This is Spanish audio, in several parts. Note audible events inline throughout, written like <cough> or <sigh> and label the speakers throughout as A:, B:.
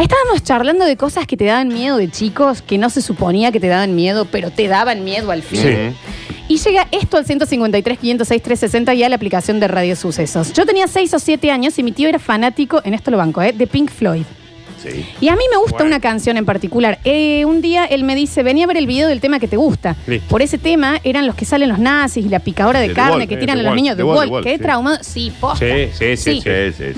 A: Estábamos charlando de cosas que te daban miedo de chicos, que no se suponía que te daban miedo, pero te daban miedo al fin.
B: Sí.
A: Y llega esto al 153, 506, 360 y a la aplicación de Radio Sucesos. Yo tenía 6 o 7 años y mi tío era fanático, en esto lo banco, ¿eh? de Pink Floyd.
B: Sí.
A: Y a mí me gusta
B: Bueno.
A: una canción en particular. Eh, un día él me dice, vení a ver el video del tema que te gusta.
B: Listo.
A: Por ese tema eran los que salen los nazis y la picadora de
B: De The
A: carne
B: Wall,
A: que
B: eh,
A: tiran
B: The
A: a los
B: Wall,
A: niños de
B: The
A: Wall.
B: Wall, The Wall,
A: Quedé
B: sí.
A: traumado. Sí, posta.
B: Sí, sí, sí,
A: Sí.
B: sí.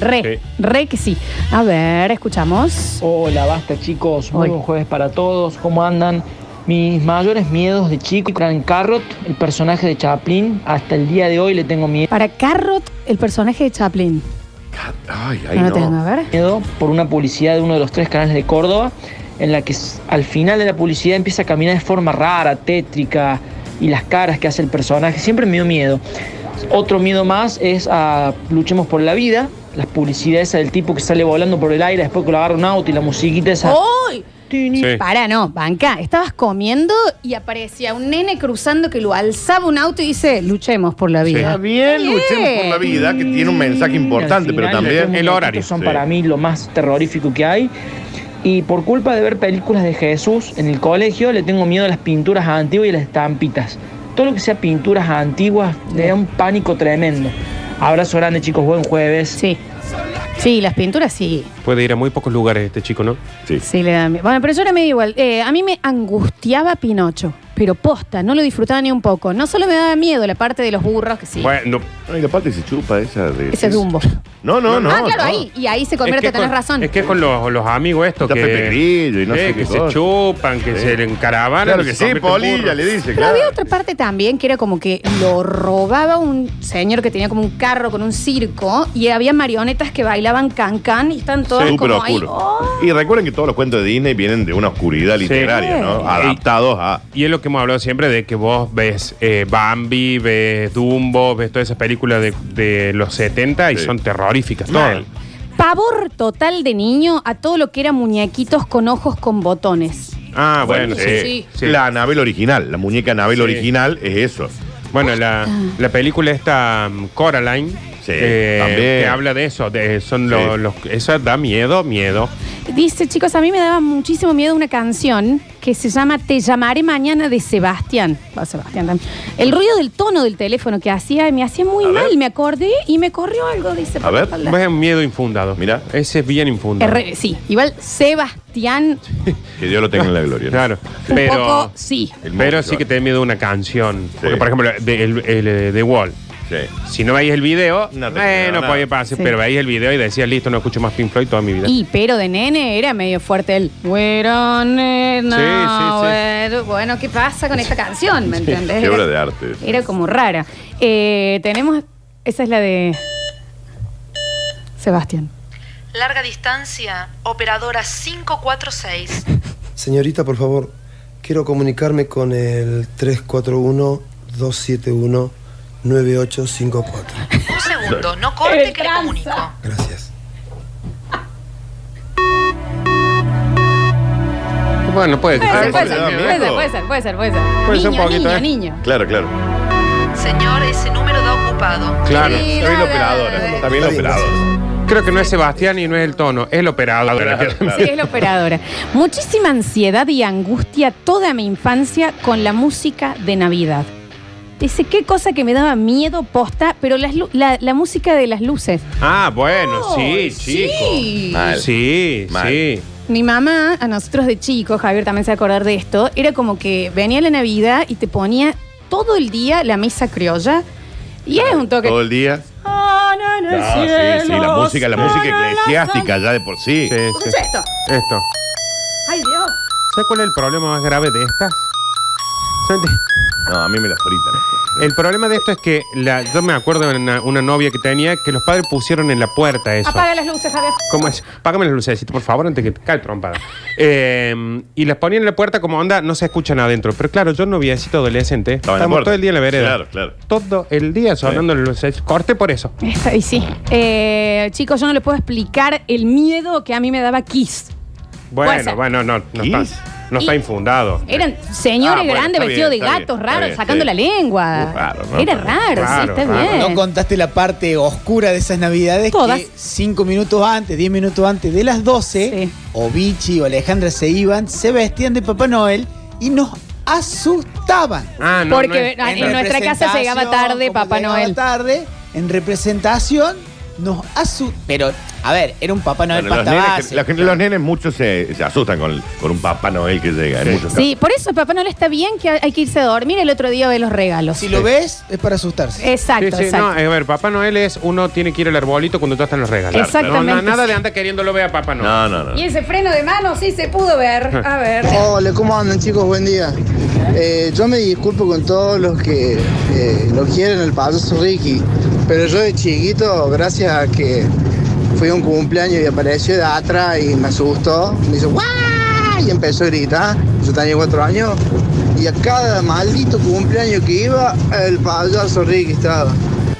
A: Re,
C: sí, sí.
A: re, que sí. A ver, escuchamos.
D: Hola, basta chicos, muy
A: Hola.
D: buen jueves para todos, ¿cómo andan? Mis mayores miedos de chico eran Carrot, el personaje de Chaplin, hasta el día de hoy le tengo mie-
A: Para Carrot, el personaje de Chaplin.
C: Ay, ahí
A: No
C: no.
A: lo tengo, a ver.
D: miedo por una publicidad de uno de los tres canales de Córdoba, en la que s- al final de la publicidad empieza a caminar de forma rara, tétrica, y las caras que hace el personaje, siempre me dio miedo. Otro miedo más es a Luchemos por la Vida, las publicidades esa del tipo que sale volando por el aire después que lo agarra un auto y la musiquita esa...
A: ¡Uy!
B: Sí.
A: Para, no, banca. Estabas comiendo y aparecía un nene cruzando que lo alzaba un auto y dice, luchemos por la vida.
C: Está bien,
A: Bien.
C: luchemos por la vida, que tiene un mensaje importante,
D: Al
C: pero
D: final,
C: también
A: este
D: los
B: el horario,
D: Son
C: sí.
D: para mí lo más terrorífico que hay. Y por culpa de ver películas de Jesús en el colegio, le tengo miedo a las pinturas antiguas y las estampitas. Todo lo que sea pinturas antiguas le da un pánico tremendo. Abrazo grande, chicos. Buen jueves.
A: Sí. Sí, las pinturas sí.
B: Puede ir a muy pocos lugares este chico, ¿no?
C: Sí.
A: Sí, le da miedo. Bueno, pero yo era medio igual. Eh, a mí me angustiaba Pinocho, pero posta, no lo disfrutaba ni un poco. No solo me daba miedo la parte de los burros, que sí.
B: Bueno,
C: Ay, la parte se chupa esa de.
A: ese es Dumbo.
C: No, no, no.
A: ah, claro,
C: no.
A: ahí. Y ahí se convierte,
B: es que
A: tenés
B: con-
A: razón.
B: Es que con los, los amigos estos
C: Está
B: que,
C: Pepe Grillo y no
B: eh,
C: sé qué
B: que se
C: cosa.
B: chupan, que
C: Sí.
B: se le encaravan.
C: Claro que sí, polilla, le dice,
A: Pero
C: claro.
A: había otra parte también que era como que lo robaba un señor que tenía como un carro con un circo y había marionetas que bailaban cancán y están todas
C: Súper
A: como ahí. Oh.
C: oscuro. Y recuerden que todos los cuentos de Disney vienen de una oscuridad literaria,
A: Sí.
C: ¿no?
B: Sí.
C: Adaptados a.
B: Y es lo que hemos hablado siempre de que vos ves eh, Bambi, ves Dumbo, ves todas esas películas de, de los 70 y
C: Sí.
B: son terroríficas
C: Mal.
B: todas.
A: Pavor total de niño a todo lo que era muñequitos con ojos con botones.
B: Ah, bueno,
A: Sí,
B: sí.
A: sí.
B: sí.
C: La Anabel original, la muñeca Anabel
B: Sí.
C: original es eso.
B: Bueno, la, la película esta um, Coraline.
C: Sí,
B: eh,
C: también.
B: que habla de eso, de, son lo-
C: Sí.
B: los, eso da miedo, miedo.
A: Dice, chicos, a mí me daba muchísimo miedo una canción que se llama Te llamaré mañana de Sebastián. Va, Sebastián también. El ruido del tono del teléfono que hacía me hacía muy
C: A ver.
A: mal. Me acordé y me corrió algo, dice. por
C: A
A: la
C: ver.
A: espalda.
B: Es un miedo infundado.
C: Mira.
B: Ese es bien infundado.
A: R- Eh, sí, igual Sebastián,
C: Que Dios lo tenga en la gloria. ¿no?
B: Claro.
A: un
B: Pero,
A: poco sí.
C: El
B: pero
C: monstruo.
B: sí que te da miedo una canción.
C: ¿eh? Sí.
B: Porque, por ejemplo, de, el- el, eh, The Wall.
C: Sí.
B: Si no veis el video,
C: No
B: no
C: te queda
B: bueno,
C: nada.
B: puede pasar,
A: Sí.
B: pero veis el video y decías, listo, no escucho más Pink Floyd toda mi vida.
A: Y pero de nene era medio fuerte el We're on it now,
B: Sí, sí, sí.
A: we're-" Bueno, ¿qué pasa con esta canción? ¿Me entendés?
C: Qué
A: Era-
C: obra de arte.
A: Era como rara. Eh, tenemos. Esa es la de. Sebastián.
B: Ah,
E: Larga distancia, operadora 546.
F: Señorita, por favor, quiero comunicarme con el 341-271-9854.
E: Un segundo, no corte que le comunico.
F: Gracias.
B: Bueno, puede
A: Puede ser,
C: Ah,
A: puede
C: le
A: ser,
C: da
A: puede ser,
C: miedo.
A: puede ser, puede ser, puede ser.
B: Puede ser
A: niño,
B: un poquito,
A: niño,
B: ¿eh?
A: niño.
C: Claro, claro.
E: Señor, ese número da ocupado.
B: Claro.
A: Sí,
C: Está bien
A: da,
C: la
A: da, da,
C: operadora.
A: da.
C: Está bien la
F: Está bien,
C: operadora.
B: Creo que no es Sebastián y no es el tono, es el operador.
A: Sí, es la operadora. Muchísima ansiedad y angustia toda mi infancia con la música de Navidad. Dice, qué cosa que me daba miedo posta, pero las lu- la, la música de las luces.
B: Ah, bueno, sí,
A: Oh, sí.
B: chico.
C: Mal.
B: Sí,
C: Mal.
B: sí.
A: Mi mamá, a nosotros de chicos, Javier también se va a acordar de esto, era como que venía la Navidad y te ponía todo el día la mesa criolla. Y es un toque.
C: Todo el día.
A: Ah, no, Ah, no,
C: Ah,
A: cielo,
C: sí, sí, la música, la música
A: sana,
C: eclesiástica ya de por sí.
B: sí, sí.
A: Escucha esto.
B: Esto.
A: Ay, Dios.
B: ¿Sabes cuál es el problema más grave de estas? ¿Sabes de-
C: No, a mí me la fritan.
B: El problema de esto es que la- yo me acuerdo de una, una novia que tenía que los padres pusieron en la puerta eso.
A: Apaga las luces, Javier.
B: ¿Cómo es? Págame las lucecitas, por favor, antes que te cae trompada. Eh, y las ponían en la puerta como onda, no se escuchan adentro. Pero claro, yo noviecito adolescente,
C: Estaba en la
B: estábamos
C: puerta.
B: todo el día en la vereda.
C: Claro, claro.
B: Todo el día sonando las luces. Corte por eso.
A: Esta, y sí. Eh, chicos, yo no les puedo explicar el miedo que a mí me daba Kiss. Puede
B: Bueno,
A: ser.
B: bueno, no, no
C: ¿Kiss?
B: está. No
A: Y-
B: está infundado.
A: Eran señores
C: Ah, bueno,
A: grandes
C: está
A: vestidos
C: bien,
A: de
C: está
A: gatos
C: bien,
A: raros,
C: está bien,
A: sacando
C: sí.
A: la lengua.
C: Uh, raro, ¿no?
A: Era raro, sí,
B: Raro,
A: está
B: raro.
A: bien.
G: No contaste la parte oscura de esas navidades
A: Todas.
G: que cinco minutos antes, diez minutos antes de las 12,
A: Sí.
G: o Vichy o Alejandra se iban, se vestían de Papá Noel y nos asustaban.
B: Ah, no, no
A: Porque
B: es-
A: ah, en,
B: no es-
A: nuestra casa
G: representación,
A: llegaba tarde
G: como
A: Papá
G: llegaba
A: Noel.
G: tarde, en representación, nos asustó. Pero, a ver, era un Papá Noel
C: Bueno, los,
G: pasta
C: nenes,
G: base.
C: la gente- los nenes muchos se, se asustan con, con un Papá Noel que llega. hay muchos
A: Sí, por eso Papá Noel está bien que hay que irse a dormir el otro día ve los regalos.
G: Si lo ves, es para
A: Eh,
G: asustarse.
B: Sí,
A: Exacto,
B: sí, no,
C: eh.
A: exacto.
B: a ver, Papá Noel es uno tiene que ir al arbolito cuando todos están los regalos.
A: Exactamente,
B: No, no, nada
A: sí.
B: de anda queriéndolo ver a Papá Noel.
C: No, no, no.
A: Y ese freno de mano sí se pudo ver. A ver.
H: Hola, ¿cómo andan chicos? Buen día. Eh, yo me disculpo con todos los que eh, lo quieren el payaso Ricky, pero yo de chiquito, gracias a que fui a un cumpleaños y apareció de atrás y me asustó, me hizo ¡guau! y empezó a gritar, yo tenía cuatro años, y a cada maldito cumpleaños que iba, el payaso Ricky estaba.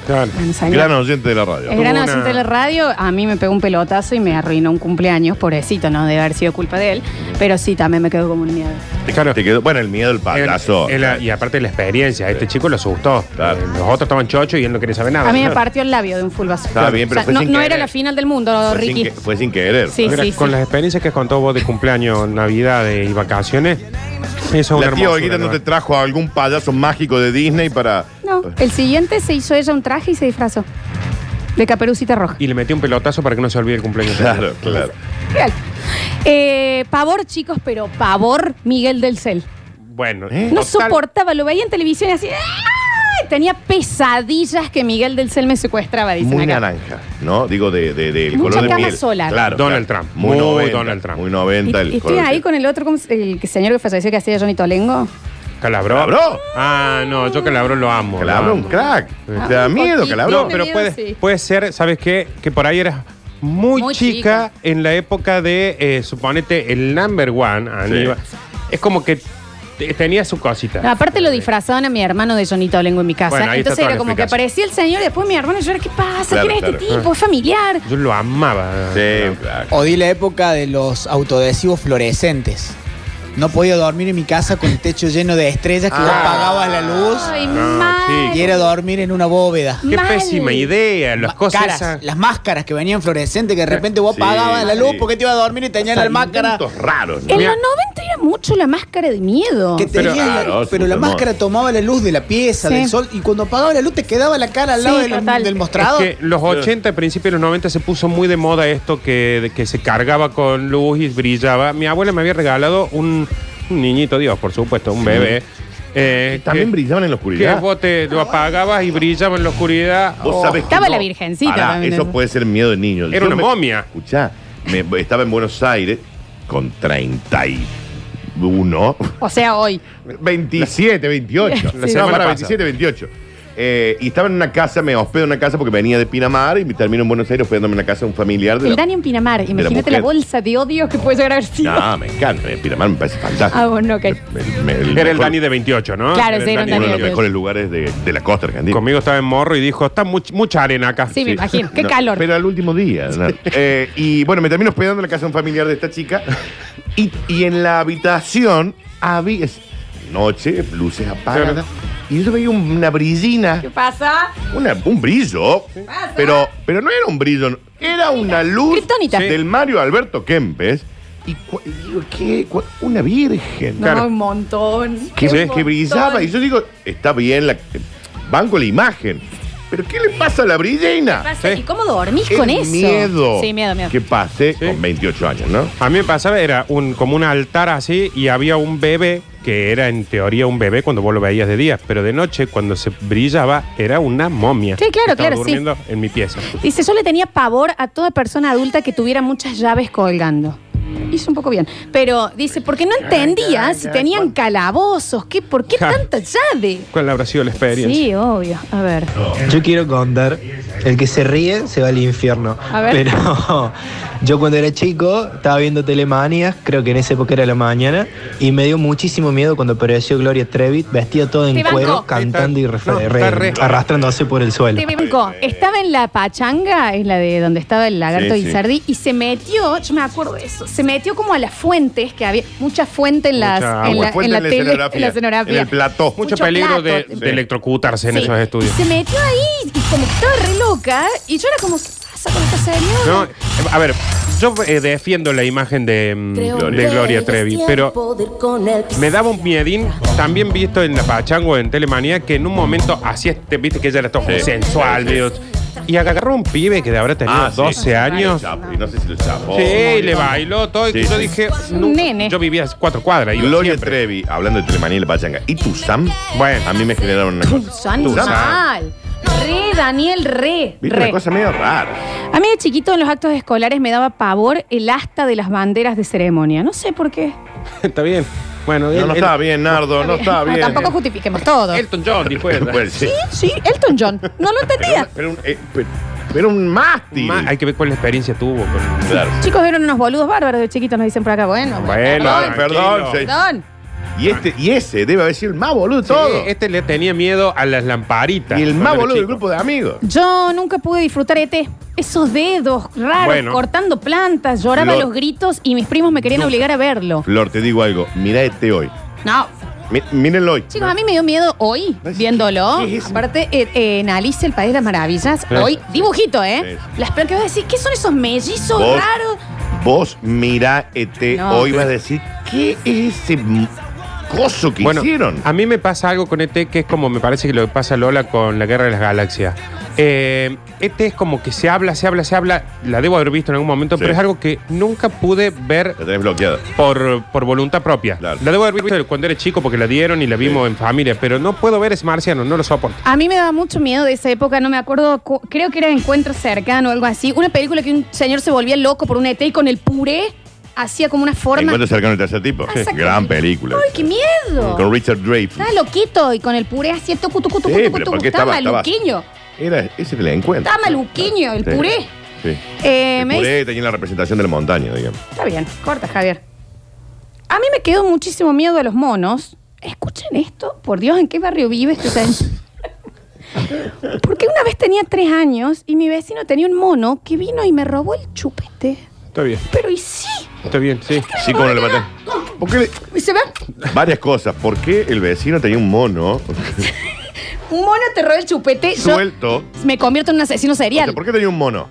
B: Claro.
C: Gran oyente de la radio.
A: El gran
B: Tuvo
A: ausente de la
B: una-
A: radio, a mí me pegó un pelotazo y me arruinó un cumpleaños, pobrecito, no debe haber sido culpa de él, pero sí, también me quedo como un miedo.
C: Te- te quedó- bueno, el miedo del payaso.
B: El- el- y aparte la experiencia, este chico lo asustó.
C: Claro.
B: Eh, Los otros estaban chocho y él no quería saber nada.
A: A mí me
B: Claro.
A: partió el labio de un full vaso.
C: Ah, Está bien, pero fue
A: no,
C: sin
A: no
C: querer.
A: era la final del mundo,
C: fue, sin
A: Ricky.
C: que- fue sin querer.
A: Sí,
B: Mira,
A: sí,
B: con
A: sí.
B: las experiencias que contó vos de cumpleaños, navidades y vacaciones, eso es una
C: La tía
B: hermosura,
C: Olguita no
B: ¿no?
C: te trajo a algún payaso mágico de Disney para.
A: No, el siguiente se hizo ella un traje y se disfrazó. De caperucita roja.
B: Y le metí un pelotazo para que no se olvide el cumpleaños.
C: <laughs> Claro, claro.
A: Real. Eh, pavor, chicos, pero pavor, Miguel del Cel.
B: Bueno,
C: ¿Eh?
A: No
B: total-
A: soportaba, lo veía en televisión y así. ¡ay! Tenía pesadillas que Miguel del Cel me secuestraba, dicen
C: Muy
A: acá.
C: naranja, ¿no? Digo, de, de, del
A: Mucha
C: color de
A: cama
C: piel.
A: solar.
C: Claro.
B: Donald
C: claro.
B: Trump.
C: Muy
B: Muy
C: 90.
B: Donald Trump.
C: Muy 90.
A: Y- y estoy ahí con el otro, ¿cómo se- el que- señor que falleció que hacía Johnny Tolengo.
B: ¿Calabró?
C: ¿Calabró?
B: Ah, no, yo Calabró lo amo. lo
C: Calabro, un
B: amo.
C: crack. Te da
A: Ah, un
C: miedo,
A: poquito.
B: No,
C: Calabro.
B: pero
A: Miedo,
B: puede,
A: sí.
B: puede ser, ¿sabes qué? Que por ahí eras muy,
A: Muy chica.
B: chica, en la época de, eh, suponete, el number one, Aníbal. Es como que te- tenía su cosita.
A: Aparte lo disfrazaban a mi hermano de Johnny Tolengo en mi casa.
B: Bueno, ahí está
A: Entonces
B: toda
A: era
B: la
A: como que aparecía
B: explicación.
A: el señor y después mi hermano yo era, ¿qué pasa?
C: Claro,
A: ¿Quién es este
C: claro.
A: tipo? Es familiar.
B: Yo lo amaba.
C: Sí, un crack.
G: Odié la época de los autoadhesivos fluorescentes. No podía dormir en mi casa con el techo lleno de estrellas que vos
B: Ah.
G: apagabas la luz
A: Ay,
B: No,
A: mal.
G: y era dormir en una bóveda.
B: Qué
A: Mal.
B: pésima idea, las
G: Ma-
B: cosas
G: caras,
B: esas. Eh,
G: las máscaras que venían fluorescentes que de repente vos
C: Sí,
G: apagabas la luz
C: sí.
G: porque te iba a dormir y tenías la
C: Hay
G: máscara.
C: puntos raros, ¿no?
A: En
B: Mira.
A: los 90 era mucho la máscara de miedo.
G: Que
B: Pero-
G: tenías la- pero,
C: Claro, es un
G: la
C: temor.
G: máscara tomaba la luz de la pieza,
A: Sí.
G: del sol, y cuando apagaba la luz te quedaba la cara al
A: Sí,
G: lado del-
A: total.
G: del,
B: Es
G: mostrador.
B: que los 80, principios de los 90 se puso muy de moda esto que, de que se cargaba con luz y brillaba. Mi abuela me había regalado un, un niñito, Dios, por supuesto, un bebé. eh,
C: También
B: que-
C: brillaban en la
B: Que
C: oscuridad.
B: vos te lo apagabas y brillaba en la oscuridad.
C: Vos
B: Oh,
C: sabés que
A: Estaba la virgencita
C: Pará,
A: también,
C: eso
A: ¿no?
C: puede ser miedo de niño.
B: Era una momia.
C: Escuchá, me- estaba en Buenos Aires con 31,
A: O sea, hoy.
C: 27, 28.
B: Sí.
C: La
B: Sí.
C: semana
B: Para
C: 27, 28. Eh, y estaba en una casa, me hospedé en una casa porque venía de Pinamar y me termino en Buenos Aires hospedándome en la casa de un familiar de
A: El
C: la-
A: Dani en Pinamar, imagínate la
C: mujer.
A: bolsa de odios que puede llegar a haber sido.
C: No, me encanta. eh, Pinamar me parece fantástico.
A: Ah, bueno, ok.
C: Me- me-
B: Era el
C: mejor-
B: Dani de 28, ¿no?
A: Claro, sí, era un
C: Uno de los
A: Dani de
C: mejores lugares de, de la costa argentina.
B: Conmigo estaba en morro y dijo, está much- mucha arena acá.
A: Sí, me imagino. Qué
C: No,
A: calor.
C: Pero al último día. ¿no? Eh, y bueno, me termino hospedando en la casa de un familiar de esta chica. Y, y en la habitación había es noche, luces apagadas. Y yo veía una brillina,
A: ¿Qué pasa?
C: una- un brillo. Pero, pero no era un brillo, era una luz
A: Kriptonita.
C: del Mario Alberto Kempes. Y cu- y digo, ¿qué? Cu- Una virgen.
A: No,
B: Claro.
A: un montón.
C: que,
A: Un
C: que
A: montón.
C: brillaba. Y yo digo, está bien, la, eh, banco la imagen. Pero ¿qué le pasa a la brillina?
A: pasa?
B: Sí.
A: ¿Y cómo dormís
C: El
A: con eso?
C: miedo.
A: Sí, miedo, miedo.
C: Que pase
B: Sí.
C: con 28 años, ¿no?
B: A mí me pasaba, era un, como un altar así y había un bebé que era en teoría un bebé cuando vos lo veías de día, pero de noche cuando se brillaba era una momia.
A: Sí, claro,
B: que estaba
A: claro, sí.
B: durmiendo en mi pieza.
A: Dice, yo le tenía pavor a toda persona adulta que tuviera muchas llaves colgando. Hizo un poco bien. Pero dice, porque no entendía si tenían calabozos, ¿qué? ¿por qué
B: Claro.
A: tanta llave?
B: ¿Cuál habrá sido la experiencia?
A: Sí, obvio. A ver.
I: Yo quiero contar El que se ríe se va al infierno.
A: A ver.
I: Pero <laughs> yo cuando era chico estaba viendo Telemanías, creo que en esa época era la mañana, y me dio muchísimo miedo cuando apareció Gloria Trevi vestida toda
A: Te
I: en
A: banco.
I: cuero, cantando y
B: No,
I: refe-
B: está
I: re-
B: re-
I: arrastrándose por el suelo.
A: Te banco. Estaba en la pachanga, es la de donde estaba el lagarto
C: Sí, sí.
A: Guisardi, y se metió, yo me acuerdo de eso, se metió como a las fuentes, que había mucha fuente en, las,
B: Mucha
A: en
B: agua.
A: la, en la tele, en la escenografía.
C: En el plató.
B: Mucho,
A: Mucho plato.
B: peligro de,
A: Sí.
B: de electrocutarse en
A: Sí.
B: esos estudios.
A: Y se metió ahí y como que estaba re loca. Y yo era como, ¿qué pasa con esta señora? <coughs>
B: No, eh, a ver, yo eh, defiendo la imagen de, mm, de Gloria Trevi, pero me daba un miedín, también visto en la Pachango en Telemanía, que en un momento hacía, este- viste que ella era todo
C: Sí.
B: sensual, medio- y agarró un pibe que de habrá tenido
C: Ah, sí.
B: 12 años.
C: Chapo, y no sé si lo chapó.
B: Sí, le bailó todo.
C: Sí,
B: y yo
C: sí.
B: dije,
A: Un
B: no,
A: nene.
B: yo vivía a cuatro cuadras. iba
C: Gloria
B: siempre.
C: Trevi, hablando de Telemanía y la Pachanga. ¿Y tu Sam?
B: Bueno.
C: a mí me generaron una cosa.
A: Son
C: ¿Tu Sam?
A: mal. Re, Daniel, re.
C: Viste
A: re.
C: una cosa medio rara.
A: A mí de chiquito en los actos escolares me daba pavor el asta de las banderas de ceremonia. No sé por qué.
B: Está bien. Bueno,
C: No,
B: él-
C: no
B: él-
C: estaba bien, Nardo, no
B: Ah,
C: estaba
A: No,
C: bien.
A: tampoco justifiquemos todo.
B: Elton John,
C: <laughs>
B: dijo él.
C: Pues sí.
A: Sí, Elton John. No lo entendía.
C: Pero un, eh, pero- pero un mástil.
B: Ma- Hay que ver cuál experiencia tuvo. con-
C: Claro.
A: Chicos eran unos boludos bárbaros de chiquitos, nos dicen por acá. Bueno,
B: Bueno,
A: perdón,
C: perdón,
B: tranquilo.
A: perdón.
C: Y, este, y ese debe haber sido el más boludo de todo.
B: Sí, este le tenía miedo a las lamparitas.
C: y el más boludo
B: cuando era
C: del
B: chico.
C: grupo de amigos.
A: Yo nunca pude disfrutar ET. Esos dedos raros
B: Bueno.
A: cortando plantas, lloraba
C: Flor.
A: los gritos y mis primos me querían obligar a verlo.
C: Flor, te digo algo. Mirá este hoy.
A: No.
C: Mi- mírenlo hoy.
A: Chicos, a mí me dio miedo hoy
C: ¿Qué-
A: viéndolo.
C: qué es eso?
A: Aparte, eh, eh, en Alice, el País de las Maravillas,
B: Sí.
A: hoy dibujito, ¿eh?
C: Sí,
A: Las peor que voy a decir, ¿qué son esos mellizos
C: Vos-
A: raros?
C: Vos mirá este
A: No.
C: hoy vas a decir, ¿qué es ese m- coso que
B: Bueno,
C: hicieron?
B: a mí me pasa algo con ET que es como me parece que lo que pasa a Lola con la Guerra de las Galaxias. Eh, ET es como que se habla, se habla, se habla. La debo haber visto en algún momento,
C: Sí.
B: pero es algo que nunca pude ver
C: La tenés bloqueada.
B: por, por voluntad propia.
C: Claro.
B: La debo haber visto cuando era chico porque la dieron y la vimos en familia, pero no puedo ver ese marciano, no lo soporto.
A: A mí me daba mucho miedo de esa época, no me acuerdo, cu- creo que era Encuentro Cercano o algo así. Una película que un señor se volvía loco por un ET y con el puré hacía como una forma.
C: Encuentro cercano al tercer tipo.
A: Ah, saca-
C: Gran película.
A: ¡Ay, qué miedo!
C: Con Richard Dreyfuss.
A: Estaba loquito y con el puré hacía tucu, tucu, tucu,
C: Sí,
A: tucu,
C: pero
A: tucu.
C: ¿por qué
A: Estaba
C: estaba-
A: maluquiño.
C: Era ese que le encuentro.
A: Está maluquiño, el
C: Sí.
A: puré.
C: Sí.
A: Eh,
C: el
A: me
C: puré tenía la representación de la montaña, digamos.
A: Está bien, corta, Javier. A mí me quedó muchísimo miedo a los monos. Escuchen esto, por Dios, ¿en qué barrio vive este
C: <laughs>
A: señor? Porque una vez tenía tres años y mi vecino tenía un mono que vino y me robó el chupete.
B: Está bien,
A: Pero y sí,
B: está bien, sí.
C: Sí, como le maté. ¿Por qué le-
A: y se ve,
C: Varias cosas. ¿Por qué el vecino tenía un mono
A: un mono te roba el chupete, yo
C: suelto?
A: me convierto en un asesino
C: O
A: serial.
C: sea, ¿Por qué tenía un mono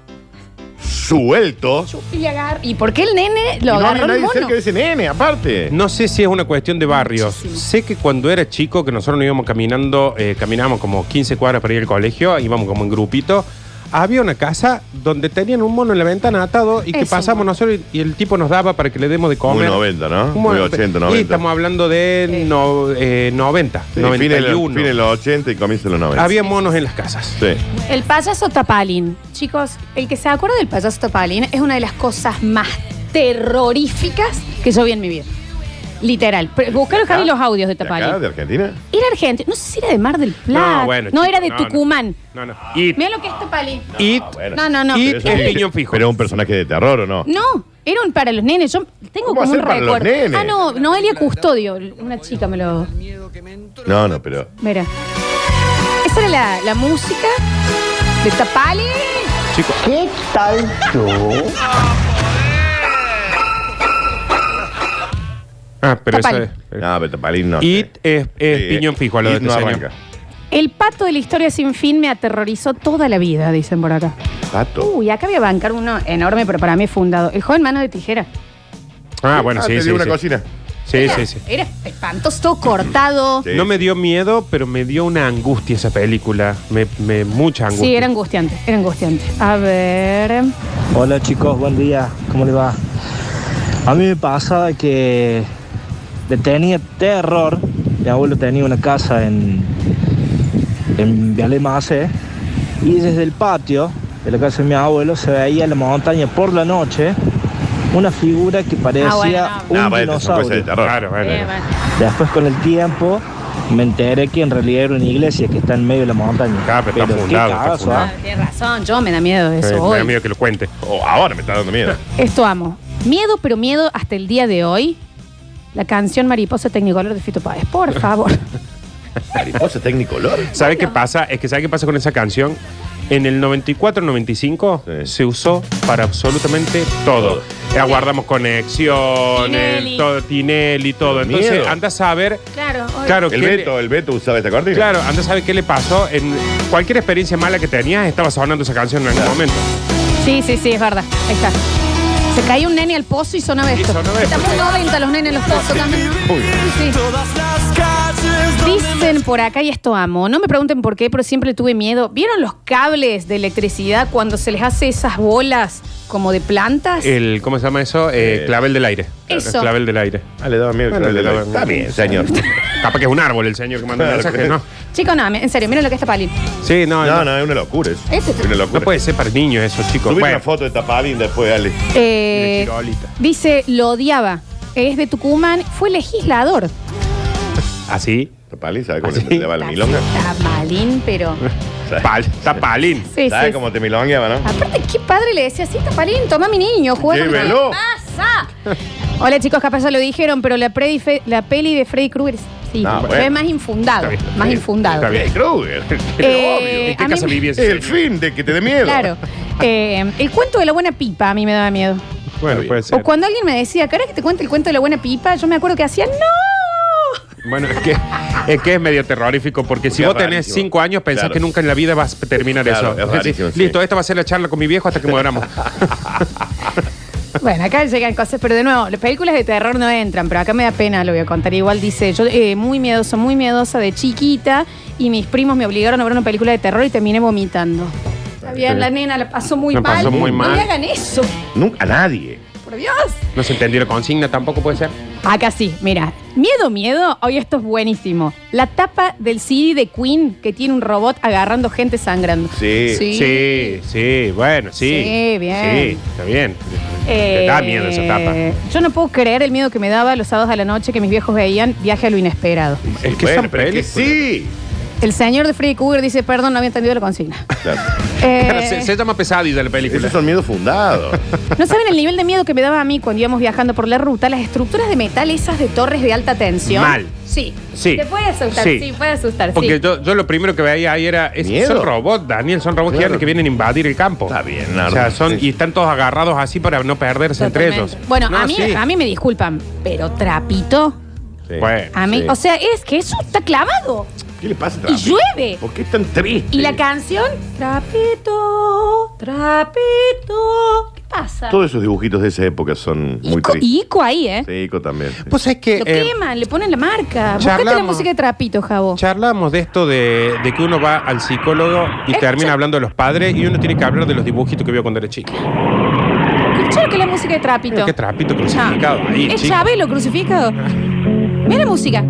C: suelto?
A: Chup- Y, le agar- ¿Y por qué el nene lo
C: Y no
A: agarró
C: había
A: el
C: nadie
A: mono?
C: cerca de ese nene, aparte.
B: No sé si es una cuestión de barrios.
A: Muchísimo.
B: Sé que cuando era chico, que nosotros no íbamos caminando, eh, caminábamos como 15 cuadras para ir al colegio, íbamos como en grupito. Había una casa donde tenían un mono en la ventana atado y que
A: Eso,
B: pasamos
A: mono.
B: nosotros y, y el tipo nos daba para que le demos de
C: Muy
B: comer.
C: 90, ¿no?
B: Un
C: Muy
B: mono.
C: 80,
B: Y
C: 90.
B: estamos hablando de no- eh, 90,
C: Sí, fines de los-
B: 91.
C: fines de los 80 y comienza los 90.
B: Había monos en las casas.
C: Sí.
A: El payaso Tapalín. Chicos, el que se acuerda del payaso Tapalín es una de las cosas más terroríficas que yo vi en mi vida. Literal. Pero Buscaron Javi los audios de
C: ¿De acá,
A: Tapalín.
C: de Argentina?
A: Era argentino. No sé si era de Mar del Plata. No,
B: bueno, chico,
A: era de
B: no, no.
A: Tucumán.
B: No, no. It,
A: Mira lo que es Tapalín.
B: It,
C: bueno.
A: No, no, no.
B: It
C: Pero eso
B: es
C: sí.
B: piñón fijo.
C: Pero es un personaje de terror, ¿o no?
A: No, era un para los nenes. Yo tengo
C: ¿Cómo
A: como
C: hacer
A: un
C: para los
A: recuerdo.
C: nenes?
A: Ah, no, Noelia Custodio. Una chica me lo.
C: No, no, pero...
A: Mira. Esa era la, la música de Tapalín.
I: ¿Qué tal tú?
B: Ah, pero eso
A: Tapal.
B: es.
C: No, pero Tapalín no.
B: It es, es
C: Sí,
B: piñón fijo a lo de
C: It
B: este
C: Eh, no
B: señor.
C: arranca.
A: El pato de la historia sin fin me aterrorizó toda la vida, dicen por acá.
C: Pato.
A: Uy, acá voy a bancar uno enorme, pero para mí fundado. El joven mano de tijera.
B: Ah, bueno, sí,
C: te
B: sí.
C: dio una
B: sí.
C: cocina.
B: Sí, sí, sí.
A: Era espantoso, todo cortado.
C: Sí.
B: No me dio miedo, pero me dio una angustia esa película. Me, me- mucha angustia.
A: Sí, era angustiante, era angustiante. A ver.
D: Hola chicos, buen día, ¿cómo les va? A mí me pasaba que le tenía terror, mi abuelo tenía una casa en, en Viale Macé, y desde el patio de la casa de mi abuelo se veía en la montaña por la noche una figura que parecía
A: Ah, bueno, no.
D: un
C: Ah, bueno, son cosas de
D: dinosaurio.
A: Eh,
C: terror.
B: Claro, bueno.
A: Bien, bueno.
D: Después con el tiempo Me enteré que en realidad era una iglesia que está en medio de la montaña.
B: Ah, pero está fundado, está
D: cagazo,
B: fundado.
D: ¿ah?
A: Ah, tienes razón, yo me da miedo
B: Eh,
A: eso
B: me
A: hoy.
B: da miedo que lo cuente.
C: Oh, ahora me está dando miedo.
A: Esto amo. Miedo, pero miedo hasta el día de hoy. La canción Mariposa Tecnicolor de Fito Páez,
B: <laughs>
A: por favor.
C: Mariposa Tecnicolor.
B: ¿Sabe qué pasa? Es que ¿sabe qué pasa con esa canción? En el 94-95
C: Sí.
B: se usó para absolutamente todo. Eh, Aguardamos conexiones,
A: Tinelli.
B: todo, Tinelli, todo.
C: Pero
B: Entonces,
C: miedo.
B: anda a saber.
A: claro, hoy.
B: Claro,
C: El
B: qué le-
C: Beto, el Beto usaba esta cortina.
B: <laughs> claro, anda a saber qué le pasó. En cualquier experiencia mala que tenías, estaba sonando esa canción en algún momento.
A: Sí, sí, sí, es verdad. Ahí está. Se caía un nene al pozo y sonaba
B: Y
A: esto.
B: sonaba esto.
A: Estamos 90 los nenes en los pozos también. ¿no?
C: Muy bien.
A: Sí. Dicen por acá, y esto amo, no me pregunten por qué, pero siempre tuve miedo. ¿Vieron los cables de electricidad cuando se les hace esas bolas como de plantas?
B: El, ¿Cómo se llama eso? Eh,
C: Eh,
B: clavel del aire.
A: Eso.
B: Clavel del aire.
C: Ah, le daba miedo.
B: Bueno,
C: que le
B: le
C: daba-
B: daba-
C: Está bien, señor.
B: <laughs> Capaz que es un árbol el señor que mandó el
C: Claro,
B: mensaje,
C: claro.
B: ¿no?
A: Chicos, no, en serio, miren lo que está Palín.
B: Sí, no, no.
C: No, no, es una locura eso.
A: Este-
C: Es una locura.
B: No puede ser para niños eso, chicos.
C: Subir
B: Bueno,
C: una foto de Tapalín después, Ale.
A: Eh,
B: De Chirolita.
A: dice, lo odiaba. Es de Tucumán, fue legislador.
B: así.
C: Tapalín, ¿sabes cómo
B: ¿Ah,
C: le
B: sí?
C: daba la milonga?
A: Está Palín, pero.
C: ¿Sabes?
B: Pal, está palín.
A: Sí, sí,
C: ¿Sabes
A: sí. Ah,
C: cómo te milongueaba, no?
A: Aparte, qué padre le decía, sí, está Palín, toma a mi niño, juega. con-
C: Llévelo.
A: Ah, ¡Pasa! Hola chicos, capaz ya lo dijeron, pero la, Freddy Fe- la peli de Freddy Krueger es- sí,
C: No,
A: pero
C: bueno.
A: es más infundado,
B: Ah, Está bien,
A: más
B: está
A: infundado.
B: bien,
C: Freddy <laughs> Krueger.
A: Eh,
B: ¿En qué
A: a mí
B: casa
A: me-
B: vivía
C: Es
B: ese
C: el
B: señor?
C: fin de que te dé miedo.
A: Claro. Eh, el cuento de la buena pipa a mí me daba miedo.
B: Bueno, puede ser.
A: O cuando alguien me decía, ¿querés que te cuente el cuento de la buena pipa? Yo me acuerdo que hacía, ¡No!
B: <laughs> Bueno, es que, es que es medio terrorífico, porque si
C: Es
B: vos tenés
C: rarísimo.
B: cinco años, pensás
C: Claro.
B: que nunca en la vida vas a terminar
C: Claro,
B: eso.
C: es rarísimo, sí.
B: Listo, esta va a ser la charla con mi viejo hasta
C: <laughs>
B: que moramos.
A: Bueno, acá llegan cosas, pero de nuevo, las películas de terror no entran, pero acá me da pena, lo voy a contar. Igual dice, yo eh, muy miedosa, muy miedosa de chiquita y mis primos me obligaron a ver una película de terror y terminé vomitando. Está bien, la nena la pasó muy
B: La
A: mal.
B: pasó muy
A: No
B: mal.
A: le hagan eso,
C: Nunca, a nadie.
A: por Dios.
B: No se entendió la consigna, tampoco puede ser.
A: Acá sí, mira, miedo, miedo, hoy esto es buenísimo. La tapa del CD de Queen que tiene un robot agarrando gente sangrando.
C: Sí.
B: Sí, sí, bueno, sí.
A: Sí, bien.
B: Sí, está bien.
A: Eh,
B: Te da miedo esa tapa.
A: Yo no puedo creer el miedo que me daba los sábados a la noche que mis viejos veían viaje a lo inesperado.
B: Es que
C: Bueno,
B: son
C: pero es que
B: películas.
C: sí.
A: El señor de Freddy Krueger dice, perdón, no había entendido la
B: <laughs>
A: consigna.
C: Claro.
B: Claro,
A: Eh,
B: se, se llama pesadilla la película.
C: Esos son miedos
B: <laughs>
C: fundados.
A: no saben el nivel de miedo que me daba a mí cuando íbamos viajando por la ruta, las estructuras de metal esas de torres de alta tensión.
B: Mal.
A: Sí.
B: Sí.
A: Te puede asustar, sí,
B: Sí.
A: puede asustar,
B: Porque
A: sí.
B: yo, yo lo primero que veía ahí era. es-
C: Miedo.
B: son robots, Daniel, son robots
C: Claro.
B: gigantes que vienen a invadir el campo.
C: Está bien,
B: O
C: Nardo.
B: sea, son,
C: Sí.
B: y están todos agarrados así para no perderse entre
A: Totalmente.
B: ellos.
A: Bueno,
B: No,
A: a, mí,
B: sí.
A: a mí me disculpan, pero trapito,
C: Sí.
B: Bueno.
A: a mí,
C: Sí.
A: o sea, es que eso está clavado.
C: ¿Qué le pasa a
A: Y
C: Trump?
A: llueve.
C: ¿Por qué es tan triste?
A: Y la canción, trapito, trapito. ¿Qué pasa?
C: Todos esos dibujitos de esa época son muy
A: Ico,
C: tristes.
A: y Ico ahí, ¿eh?
C: Sí, Ico también. sí.
B: Pues es que.
A: Lo
B: eh,
A: queman, le ponen la marca. Buscate la
B: charlamos.
A: música de trapito, Javo.
B: Charlábamos de esto de, de que uno va al psicólogo y
A: Escucha.
B: termina hablando de los padres y uno tiene que hablar de los dibujitos que vio cuando era chico.
A: Escucha lo que es la música de trapito.
B: Qué trapito
A: Ya.
B: crucificado ahí,
A: Es
B: chico.
A: Chabelo crucificado. Mira la música.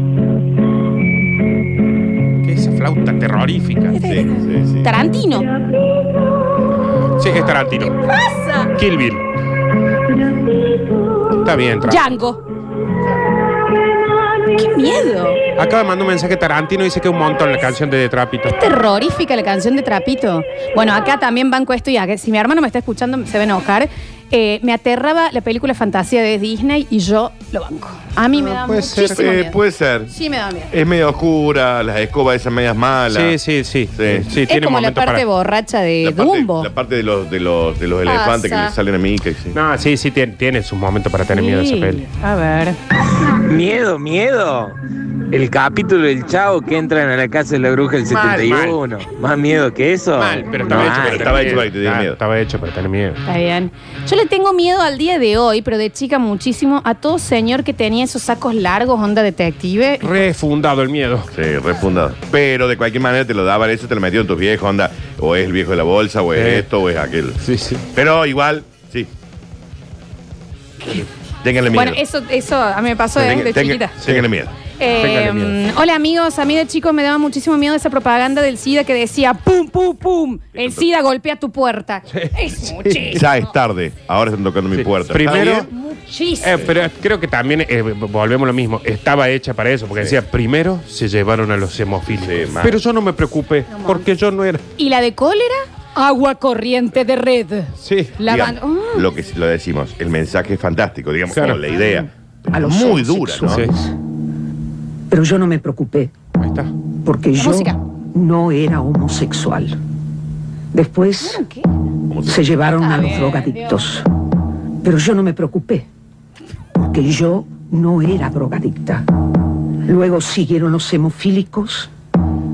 B: Qué esa flauta terrorífica.
C: Sí, sí, sí.
A: Este Tarantino.
B: Sí, es Tarantino.
A: ¡Pasa!
B: Kill Bill. Está bien, Tarantino.
A: Django. ¡Qué miedo!
B: Acaba de mandar un mensaje Tarantino dice que un montón la canción de Trapito.
A: Terrorífica la canción de Trapito. Bueno, acá también banco esto y acá, si mi hermano me está escuchando se va a enojar. Eh, me aterraba la película Fantasía de Disney y yo lo banco. A mí me da
B: puede ser.
A: muchísimo
C: Eh,
A: miedo.
C: puede ser.
A: Sí me da miedo.
C: Es medio oscura, las escobas esas medias malas.
B: Sí, sí, sí.
C: Sí.
B: Sí,
A: es
B: tiene
A: como la
B: momentos
A: parte
B: para.
A: borracha de
C: La parte,
A: Dumbo.
C: la parte de los, de los, de los
A: Pasa.
C: elefantes que le salen a Mickey. Sí.
B: No, sí, sí, tiene, tiene su momento para tener miedo a esa
A: Sí.
B: peli.
A: A ver.
J: Miedo, miedo. El capítulo del chavo que entran a la casa de la bruja del
B: Mal,
J: 71. Más miedo que eso.
B: Mal, pero estaba
J: No
B: hecho
J: hay.
B: para tener
C: Estaba hecho
B: miedo.
C: para que te diera
B: Ah,
C: miedo.
B: Estaba hecho para tener miedo.
A: Está bien. Yo le tengo miedo al día de hoy, pero de chica muchísimo, a todo señor que tenía esos sacos largos, onda detective.
B: Refundado el miedo.
C: Sí, refundado. Pero de cualquier manera te lo daban eso, te lo metieron tus viejos, onda. O es el viejo de la bolsa, o es
B: Sí.
C: esto, o es aquel.
B: Sí, sí.
C: Pero igual, sí. Ténganle miedo.
A: Bueno, eso, eso a mí me pasó eh,
C: Tenga-
A: de
C: tenga-
A: chiquita.
C: Ténganle miedo.
A: Eh,
B: Téngale miedo.
A: hola amigos, amigas chicos, me daba muchísimo miedo esa propaganda del SIDA que decía pum, pum, pum, el SIDA golpea tu puerta. Es muchísimo.
C: Ya es tarde. Ahora están tocando mi puerta. ¿Está
B: Primero,
C: bien?
A: Muchísimo.
C: Em.
B: eh, pero creo que también eh, volvemos a lo mismo. Estaba hecha para eso, porque decía, primero se llevaron a los hemofílicos.
C: Sí, mal.
B: pero yo no me preocupé, porque yo no era.
A: ¿Y la de cólera? Agua corriente de red.
B: Sí.
A: La
C: Digamos,
A: ban- Mm.
C: lo que lo decimos, el mensaje es fantástico, digamos,
B: Claro.
C: como la idea. muy dura, ¿no?
B: Sí.
K: Pero yo no me preocupé,
B: Ahí está.
K: porque
A: La
K: yo
A: música.
K: no era homosexual. Después
A: ¿Qué?
C: Como
K: se
C: si-
K: llevaron
A: Está
K: a los
A: bien,
K: drogadictos. Pero yo no me preocupé, porque yo no era drogadicta. Luego siguieron los hemofílicos,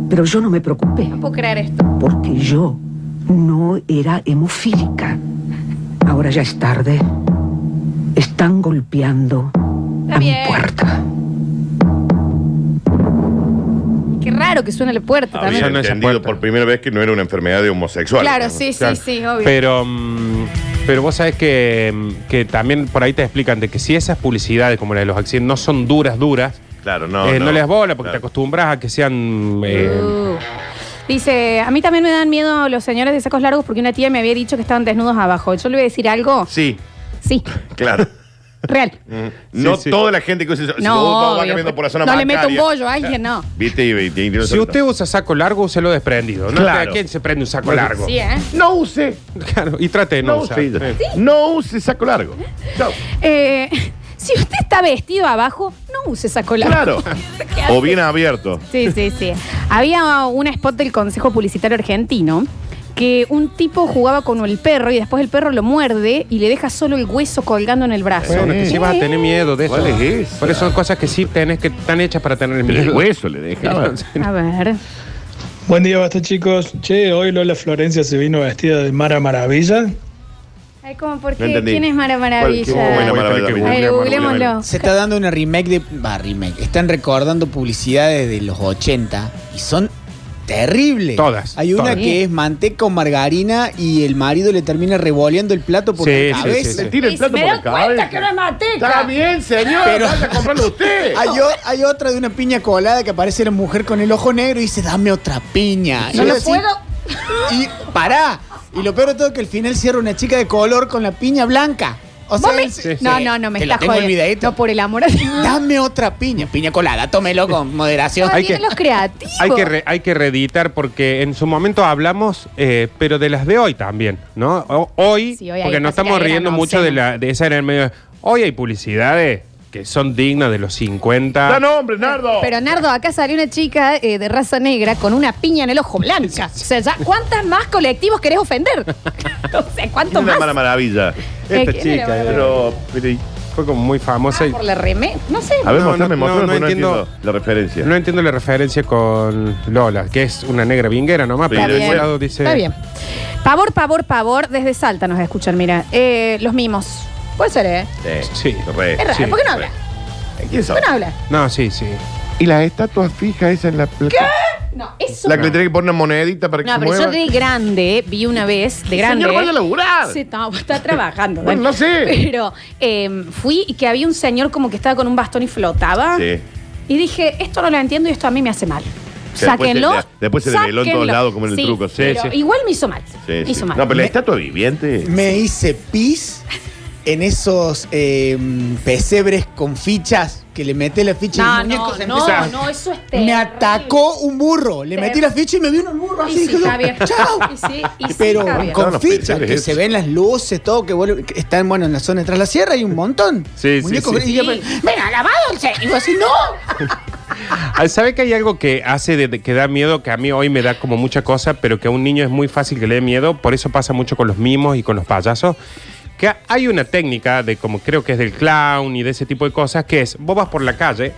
K: pero yo no me preocupé,
A: No puedo creer esto.
K: porque yo no era hemofílica. Ahora ya es tarde. Están golpeando
A: Está
K: a mi
A: bien.
K: puerta.
A: Qué raro que suena la puerta
C: Había
A: también.
B: Avisan esa
C: entendido
B: puerta.
C: por primera vez que no era una enfermedad de homosexual.
A: Claro, sí, sí,
B: Claro.
A: sí, obvio.
B: Pero, mm, pero vos sabés que, mm, que también por ahí te explican de que si esas publicidades como la de los accidentes no son duras, duras,
C: Claro,
B: eh, no,
C: no.
B: les bola porque te
C: Claro.
B: acostumbras a que sean... eh,
A: Uh. Dice, a mí también me dan miedo los señores de sacos largos porque una tía me había dicho que estaban desnudos abajo. Yo le voy a decir algo.
C: Sí,
A: Sí,
B: <laughs>
C: claro.
A: real.
C: no
B: sí.
C: toda la gente que usa eso. <laughs> Si
A: No,
C: vos vas
A: obvio, pues,
C: caminando por la zona
A: no le meto un
C: bancaria,
A: bollo a alguien, no.
C: Viste y, y- y-
B: si usted usa saco largo, úselo desprendido. ¿no?
C: Claro.
B: ¿A quién se prende un saco largo?
A: Sí, ¿eh?
C: No use.
B: <laughs> Claro, y trate de no, eh,
C: No
B: usar.
C: use.
B: Sí.
C: No use saco largo. Chao.
A: Eh, <laughs> si usted está vestido abajo, no use saco largo.
C: Claro.
A: ¿Qué hace?
C: O bien abierto.
A: <laughs> Sí, sí, sí. Había un spot del Consejo Publicitario Argentino que un tipo jugaba con el perro y después el perro lo muerde y le deja solo el hueso colgando en el brazo. Eh,
B: Bueno, que sí vas a tener miedo de eso.
C: ¿Cuál es esa?
B: Por eso son cosas que sí tenés que están hechas para tener
C: El
B: miedo. <laughs>
C: hueso le dejaba.
A: A ver.
L: Buen día, basta chicos. Che, hoy Lola Florencia se vino vestida de Mara Maravilla.
A: Ay, como porque
C: No entendí.
A: quién es Mara Maravilla.
C: ¿Cómo era
B: Voy a tener
C: Maravilla?
B: que
A: A ver, googleémoslo.
G: Se está dando una remake de. Va, remake. Están recordando publicidades de los 80 y son terribles.
B: Todas,
G: Hay una
B: todas.
G: que es manteca con margarina y el marido le termina revoleando el plato por
B: Sí,
G: la
B: sí,
G: cabeza.
B: sí, sí.
C: Eh, Tira el
A: Y
C: plato
A: me
C: por
A: doy
C: la
A: cuenta
C: cabeza.
A: que no es manteca.
C: Está bien, señor.
G: Pero-
C: Vaya a comprarlo
G: <laughs>
C: usted.
G: Hay, o- hay otra de una piña colada que aparece la mujer con el ojo negro y dice, dame otra piña.
A: No
G: y
A: lo
G: así-
A: puedo.
G: Y pará. Y lo peor de todo es que al final cierra una chica de color con la piña blanca. O sea,
A: ¿Vos me-
G: él se-
A: No,
G: sí.
A: no, no, me
G: Te lo
A: estás
G: tengo el
A: jodiendo.
G: videíto.
A: No, por el amor a Dios.
G: Dame otra piña. Piña colada, tómelo
A: <laughs>
G: con moderación.
A: Ahora
B: Hay
A: vienen
B: que-
A: los creativos.
B: Hay que, re- hay que reeditar porque en su momento hablamos, eh, pero de las de hoy también, ¿no? O- hoy,
A: Sí, hoy hay
B: porque nos
A: cosas que
B: estamos
A: eran
B: riendo mucho de, la, de esa era el medio. Hoy hay publicidades que son dignas de los 50.
C: Da nombre, Nardo.
A: Pero Nardo, acá salió una chica eh, de raza negra con una piña en el ojo blanca. O sea, ya, ¿cuántas más colectivos querés
C: <laughs>
A: ofender? o sea,
C: Es
A: ¿cuántos
C: una
A: más?
C: mala maravilla.
A: Eh,
B: Esta
A: ¿quién era
B: chica
A: Bárbara?
B: pero, pero fue como muy famosa.
A: Ah,
B: y
A: por la remé. No sé.
C: A ver,
B: No,
C: mostrame,
B: no,
C: mostrame,
B: no,
C: porque
B: no
C: no entiendo,
B: entiendo.
C: la referencia.
B: no entiendo la referencia con Lola, que es una negra vinguera nomás,
C: Sí,
B: pero
C: está
B: de
C: bien.
B: ese lado dice.
A: Está bien. Pavor, pavor, pavor. Desde Salta nos escuchan, mira. Eh, los mimos. Puede ser, ¿eh?
B: Sí.
C: re.
A: Es raro.
B: Sí,
A: ¿Por qué no
C: re.
A: habla?
C: ¿Eh, ¿Quién
A: ¿Por
C: sabe?
A: qué no habla?
B: No, sí, sí.
C: Y la estatua fija esa en la... ¿Qué?
A: No, eso
C: La
A: no.
C: que le tiene que poner una monedita para que
A: No,
C: se
A: pero
C: mueva.
A: yo de grande eh, vi una vez, de grande.
C: Señor, vaya a laburar.
A: Sí, está, está trabajando.
C: Bueno, no sé.
A: Pero eh, fui y que había un señor como que estaba con un bastón y flotaba.
C: Sí.
A: Y dije, esto no lo entiendo y esto a mí me hace mal.
C: Sí,
A: Sáquenlo.
C: después se- después se develó en
A: sáquenlo.
C: todos lados como en el
A: Sí,
C: truco, sí,
A: pero
B: sí.
A: Igual me hizo mal.
C: Sí,
A: me
C: sí.
A: hizo mal.
C: No, pero la
G: Me-
C: estatua viviente...
G: Me hice pis en esos eh, pesebres con fichas que le meté la ficha y
A: No,
G: el muñeco
A: no,
G: se
A: no,
G: empieza a-
A: no, eso es terrible.
G: Me atacó un burro. Le metí la ficha y me vino el burro.
A: Y
G: Así
A: sí,
G: dije,
A: está bien.
G: chao.
A: Y sí, y sí,
G: Pero
A: está bien.
C: Estaban
G: con
C: los
G: fichas,
C: pesebres
G: que
C: esos.
G: se ven las luces, todo, que, vuelve- que están, bueno, en la zona detrás de la sierra hay un montón.
B: Sí, sí,
G: Muñecos
B: sí.
G: grandes. Y yo,
A: Sí.
G: Mira, lavado el se-". Y yo así, no.
B: Ah, ¿Sabe que hay algo que hace de- de- que da miedo, que a mí hoy me da como mucha cosa, pero que a un niño es muy fácil que le dé miedo? Por eso pasa mucho con los mimos y con los payasos. Que ha- hay una técnica de como creo que es del clown y de ese tipo de cosas, que es vos vas por la calle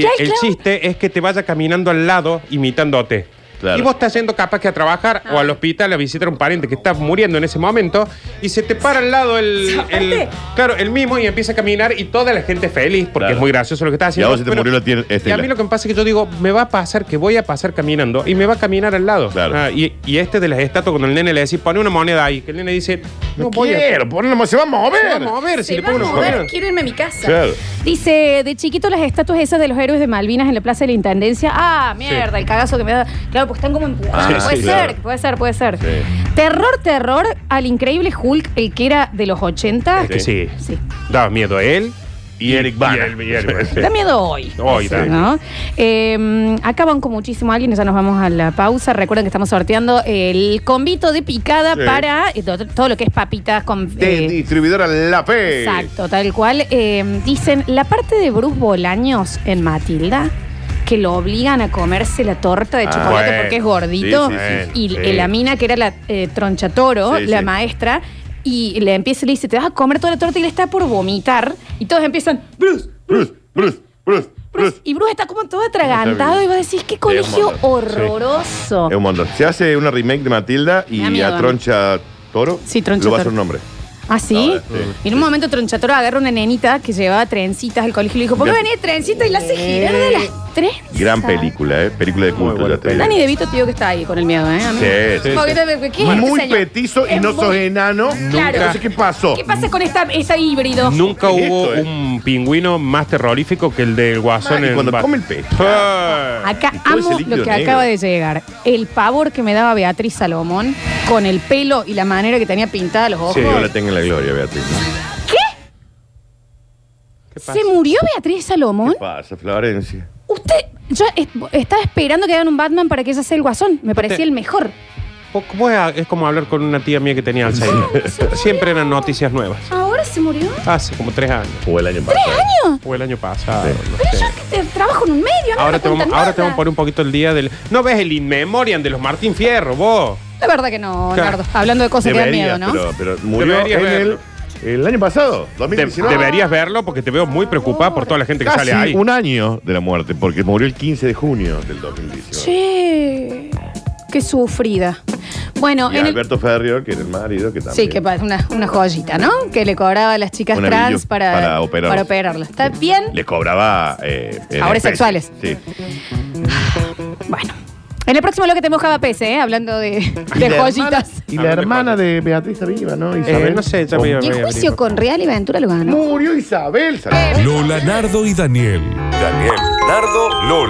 A: ¿Qué
B: el
A: hay clown?
B: chiste es que te vaya caminando al lado imitándote.
C: Claro.
B: Y vos estás yendo capaz que a trabajar o
A: Ah.
B: al hospital a visitar a un pariente que está muriendo en ese momento y se te para al lado
A: <laughs>
B: el, el- claro, el mimo y empieza a caminar y toda la gente feliz porque
C: Claro.
B: es muy gracioso lo que
C: Y
B: está
C: a
B: haciendo.
C: vos se te
B: pero-
C: murió la tien-
B: y a
C: Estela.
B: mí lo que me pasa es que yo digo, me va a pasar que voy a pasar caminando y me va a caminar al lado.
C: Claro.
B: Ah, y, y este de las estatuas, cuando el nene le decís, pone una moneda ahí, que el nene dice, no
C: No
B: voy a.
C: quiero, ponle, se va a mover.
B: Se va a mover,
A: Se
B: si le
A: va a
B: pongo una
A: mover,
B: moneda.
A: quiero irme a mi casa.
C: Claro.
A: Dice, de chiquito las estatuas esas de los héroes de Malvinas en la Plaza de la Intendencia. Ah, mierda, el cagazo que me da. Claro, pues están como
M: Ah,
A: empujadas. puede
M: sí,
A: ser,
M: claro.
A: puede ser, puede ser. Terror, terror al increíble Hulk, el que era de los 80.
B: Es que sí.
A: Sí.
B: Daba miedo él y Eric Bana.
A: <laughs> Da miedo hoy.
B: Hoy,
A: Eso,
B: da.
A: ¿no? Eh, acá van con muchísimo alguien, ya nos vamos a la pausa. Recuerden que estamos sorteando el convito de picada
C: Sí.
A: para eh, to- todo lo que es papitas con.
C: De
A: eh,
C: distribuidora La P.
A: Exacto, tal cual. Eh, dicen, la parte de Bruce Bolaños en Matilda, que lo obligan a comerse la torta de
M: Ah,
A: chocolate
M: bueno.
A: porque es gordito,
M: Sí, sí, sí,
A: y
M: sí.
A: eh, la mina que era la eh, tronchatoro,
M: Sí,
A: la
M: sí.
A: maestra, y le empieza y le dice, te vas a comer toda la torta y le está por vomitar, y todos empiezan, Bruce,
C: Bruce, Bruce, Bruce. Bruce.
A: y Bruce está como todo atragantado, y vos decís, qué colegio
C: montón,
A: horroroso.
C: Es un montón. Se hace una remake de Matilda
A: Me da
C: y
A: miedo a
C: a
A: mí.
C: Troncha Toro.
A: Sí, Troncha
C: Lo va a
A: Toro.
C: hacer un nombre.
A: ¿Ah, sí?
C: este, Sí.
A: Y en un momento Tronchatoro agarra una nenita que llevaba trencitas al colegio y le dijo, ¿por qué
C: Ya.
A: venía de trencita y la hace girar de las tres?
C: Eh, Gran película, ¿eh? Película de culto, ya te digo.
A: Dani DeVito, tío, que está ahí con el miedo, ¿eh? A mí-
C: Sí, sí,
A: Como que
C: sí.
A: te- ¿qué es este
C: Muy
A: señor?
C: petizo y
A: Es
C: no
A: muy-
C: sos enano.
A: Claro.
C: Entonces, ¿qué pasó?
A: ¿Qué pasa con esta, esta híbrido?
B: Nunca hubo
C: eh?
B: un pingüino más terrorífico que el del guasón
C: Ah, y
B: en
C: cuando
B: Bat-
C: come el pez.
B: Ah.
A: Acá
B: Y todo ese
A: amo
B: líquido
A: lo que
B: negro.
A: acaba de llegar. El pavor que me daba Beatriz Salomón con el pelo y la manera que tenía pintada los ojos.
C: Sí, yo la tengo en la gloria, Beatriz.
A: ¿Qué? ¿Se murió Beatriz Salomón?
C: ¿Qué pasa, Florencia?
A: Usted, yo es- estaba esperando que hagan un Batman para que ella sea el guasón. Me parecía el mejor.
B: O como es, es como hablar con una tía mía que tenía Alzheimer. Siempre eran noticias nuevas.
A: ¿Ahora se murió?
B: Hace como tres años.
C: O el año
A: ¿Tres años?
B: O el año pasado. no
A: Pero
B: sé.
A: yo que te- trabajo en un medio, no
B: Ahora
A: me
B: te, vamos,
A: cuentan
B: ahora
A: nada.
B: te vamos a poner un poquito el día del. ¿No ves el In Memoriam de los Martín Fierro, vos?
A: La verdad que no,
B: Claro.
A: Nardo. Hablando de cosas que
C: Deberías,
A: dan miedo, ¿no?
C: Pero, pero murió
B: Deberías
C: en el,
B: verlo.
C: el año pasado,
B: De-
C: 2019.
B: deberías verlo porque te veo muy preocupada por toda la gente que
C: Casi
B: sale ahí.
C: un año de la muerte, porque murió el 15 de junio del 2019.
A: Che, qué sufrida. Bueno,
C: y
A: en el-
C: Alberto Ferriol, que era el marido, que también.
A: Sí, que pa- una, una joyita, ¿no? Que le cobraba a las chicas
C: Una
A: trans
C: billu-
A: para,
C: para operarlas.
A: para operarlas. ¿Está bien?
C: Le cobraba. Eh, en
A: Favores
C: especie.
A: sexuales.
C: Sí.
A: En el próximo bloque tenemos JPS, ¿eh? Hablando de, de
C: la
A: joyitas.
C: Y
B: Ah,
C: la hermana de Beatriz está viva, ¿no?
B: Eh, no sé, ya me iba-
A: Y el juicio con Real y Ventura lo ganó.
C: Murió Isabel.
N: Lola, Nardo y Daniel. Daniel, Nardo, Lola.